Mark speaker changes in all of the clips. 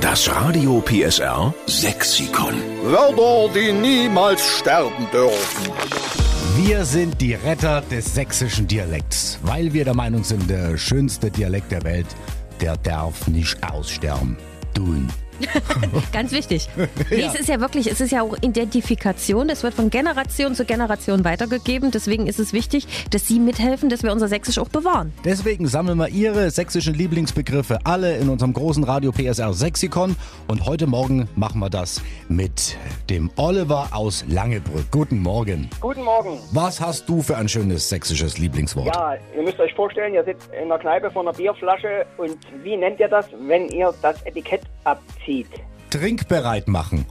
Speaker 1: Das Radio PSR Sexikon.
Speaker 2: Wörter, die niemals sterben dürfen.
Speaker 3: Wir sind die Retter des sächsischen Dialekts, weil wir der Meinung sind, der schönste Dialekt der Welt, der darf nicht aussterben. Tun.
Speaker 4: Ganz wichtig. Nee, es ist ja wirklich, es ist ja auch Identifikation. Es wird von Generation zu Generation weitergegeben. Deswegen ist es wichtig, dass Sie mithelfen, dass wir unser Sächsisch auch bewahren.
Speaker 3: Deswegen sammeln wir Ihre sächsischen Lieblingsbegriffe alle in unserem großen Radio PSR Sexikon und heute Morgen machen wir das mit dem Oliver aus Langebrück. Guten Morgen.
Speaker 5: Guten Morgen.
Speaker 3: Was hast du für ein schönes sächsisches Lieblingswort?
Speaker 5: Ja, ihr müsst euch vorstellen, ihr sitzt in einer Kneipe vor einer Bierflasche und wie nennt ihr das, wenn ihr das Etikett abzieht?
Speaker 3: Trinkbereit machen.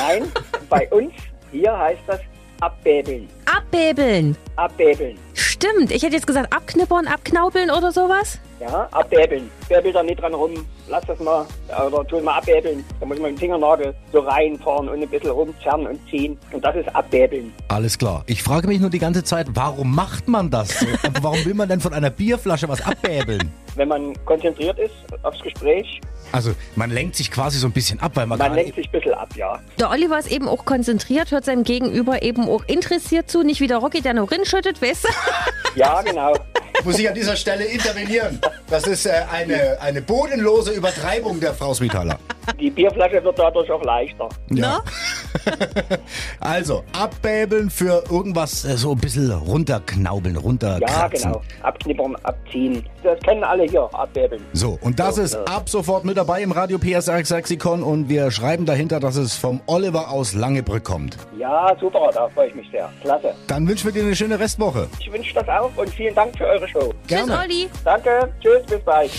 Speaker 5: Nein, bei uns hier heißt das abbäbeln.
Speaker 4: Abbäbeln.
Speaker 5: Abbäbeln.
Speaker 4: Stimmt. Ich hätte jetzt gesagt, abknippern, abknaupeln oder sowas.
Speaker 5: Ja, abbäbeln. Bäbel da nicht dran rum. Lass das mal, oder tu mal abbäbeln. Da muss man mit dem Fingernagel so reinfahren und ein bisschen rumzerren und ziehen. Und das ist abbäbeln.
Speaker 3: Alles klar. Ich frage mich nur die ganze Zeit, warum macht man das? so? Aber warum will man denn von einer Bierflasche was abbäbeln?
Speaker 5: Wenn man konzentriert ist aufs Gespräch,
Speaker 3: Also man lenkt sich quasi so ein bisschen ab, weil man,
Speaker 5: man
Speaker 3: gar
Speaker 5: lenkt
Speaker 3: nicht...
Speaker 5: sich ein bisschen ab, ja.
Speaker 4: Der Oliver ist eben auch konzentriert, hört seinem Gegenüber eben auch interessiert zu. Nicht wie der Rocky, der nur rinschüttet, weißt du?
Speaker 5: Ja, genau.
Speaker 6: muss ich an dieser Stelle intervenieren. Das ist äh, eine, eine bodenlose Übertreibung der Frau Smithaler.
Speaker 5: Die Bierflasche wird dadurch auch leichter.
Speaker 3: Ja. also, abbäbeln für irgendwas äh, so ein bisschen runterknaubeln,
Speaker 5: Ja,
Speaker 3: runterkratzen.
Speaker 5: genau. Abknippern, abziehen. Das kennen alle hier, abbäbeln.
Speaker 3: So, und das ist ab sofort mit dabei im Radio PSR Sexikon und wir schreiben dahinter, dass es vom Oliver aus Langebrück kommt.
Speaker 5: Ja, super, da freue ich mich sehr. Klasse.
Speaker 3: Dann wünschen wir dir eine schöne Restwoche.
Speaker 5: Ich wünsche das auch und vielen Dank für eure Show.
Speaker 4: Tschüss, Olli.
Speaker 5: Danke, tschüss, bis bald.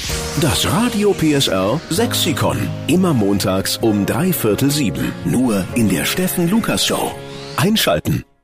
Speaker 1: Das Radio PSR Sexikon. Immer montags um drei Viertel sieben. Nur in der Steffen Lukas Show. Einschalten.